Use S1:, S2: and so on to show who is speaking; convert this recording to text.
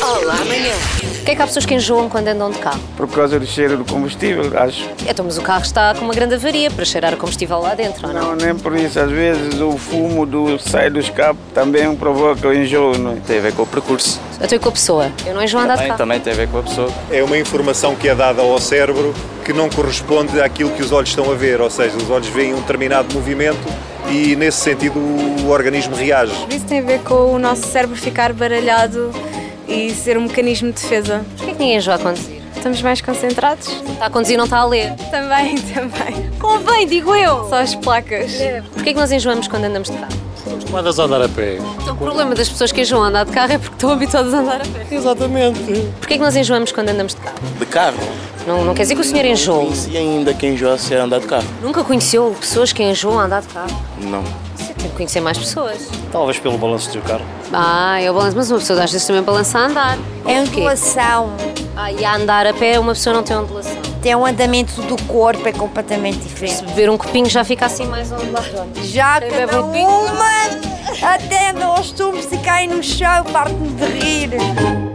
S1: Olá, amanhã.
S2: Porquê é que há pessoas que enjoam quando andam de carro?
S3: Por causa do cheiro do combustível, acho.
S2: Então, mas o carro está com uma grande avaria para cheirar o combustível lá dentro, ou não?
S3: Não, nem por isso. Às vezes o fumo do sai do escape também provoca o enjoo, não é?
S4: Tem a ver com o percurso.
S2: Eu estou com a pessoa. Eu não enjoo a andar de
S4: Também,
S2: carro.
S4: também tem a ver com a pessoa.
S5: É uma informação que é dada ao cérebro que não corresponde àquilo que os olhos estão a ver, ou seja, os olhos veem um determinado movimento e nesse sentido o organismo reage.
S6: Por Isso tem a ver com o nosso cérebro ficar baralhado e ser um mecanismo de defesa.
S7: tá.
S2: Porquê é que ninguém enjoa a conduzir?
S6: Estamos mais concentrados?
S2: Está a conduzir e não está a ler.
S6: Também, também. Convém, digo eu! Só as placas.
S2: Porquê é que nós enjoamos quando andamos de carro?
S7: Mandas andar a pé.
S2: Então, o problema das pessoas que enjoam a andar de carro é porque estão habituadas a andar a pé.
S7: Exatamente.
S2: Porquê é que nós enjoamos quando andamos de carro?
S8: De carro?
S2: Não, não quer dizer que o senhor enjoou.
S8: E ainda quem enjoa se andar de carro?
S2: Nunca conheceu pessoas que enjoam a andar de carro?
S8: Não.
S2: Você tem que conhecer mais pessoas.
S7: Talvez pelo balanço do carro.
S2: Ah, eu balanço, mas uma pessoa às vezes também balança a andar.
S1: É
S6: um
S2: O quê?
S1: angulação.
S2: Ah, e a andar a pé uma pessoa não tem ondulação.
S1: Tem um andamento do corpo, é completamente diferente.
S2: Se beber um copinho já fica assim mais ondulado.
S1: Já
S2: Bebe
S1: cada
S2: um pingo.
S1: uma atendam aos tumbos e caem no chão, parte-me de rir.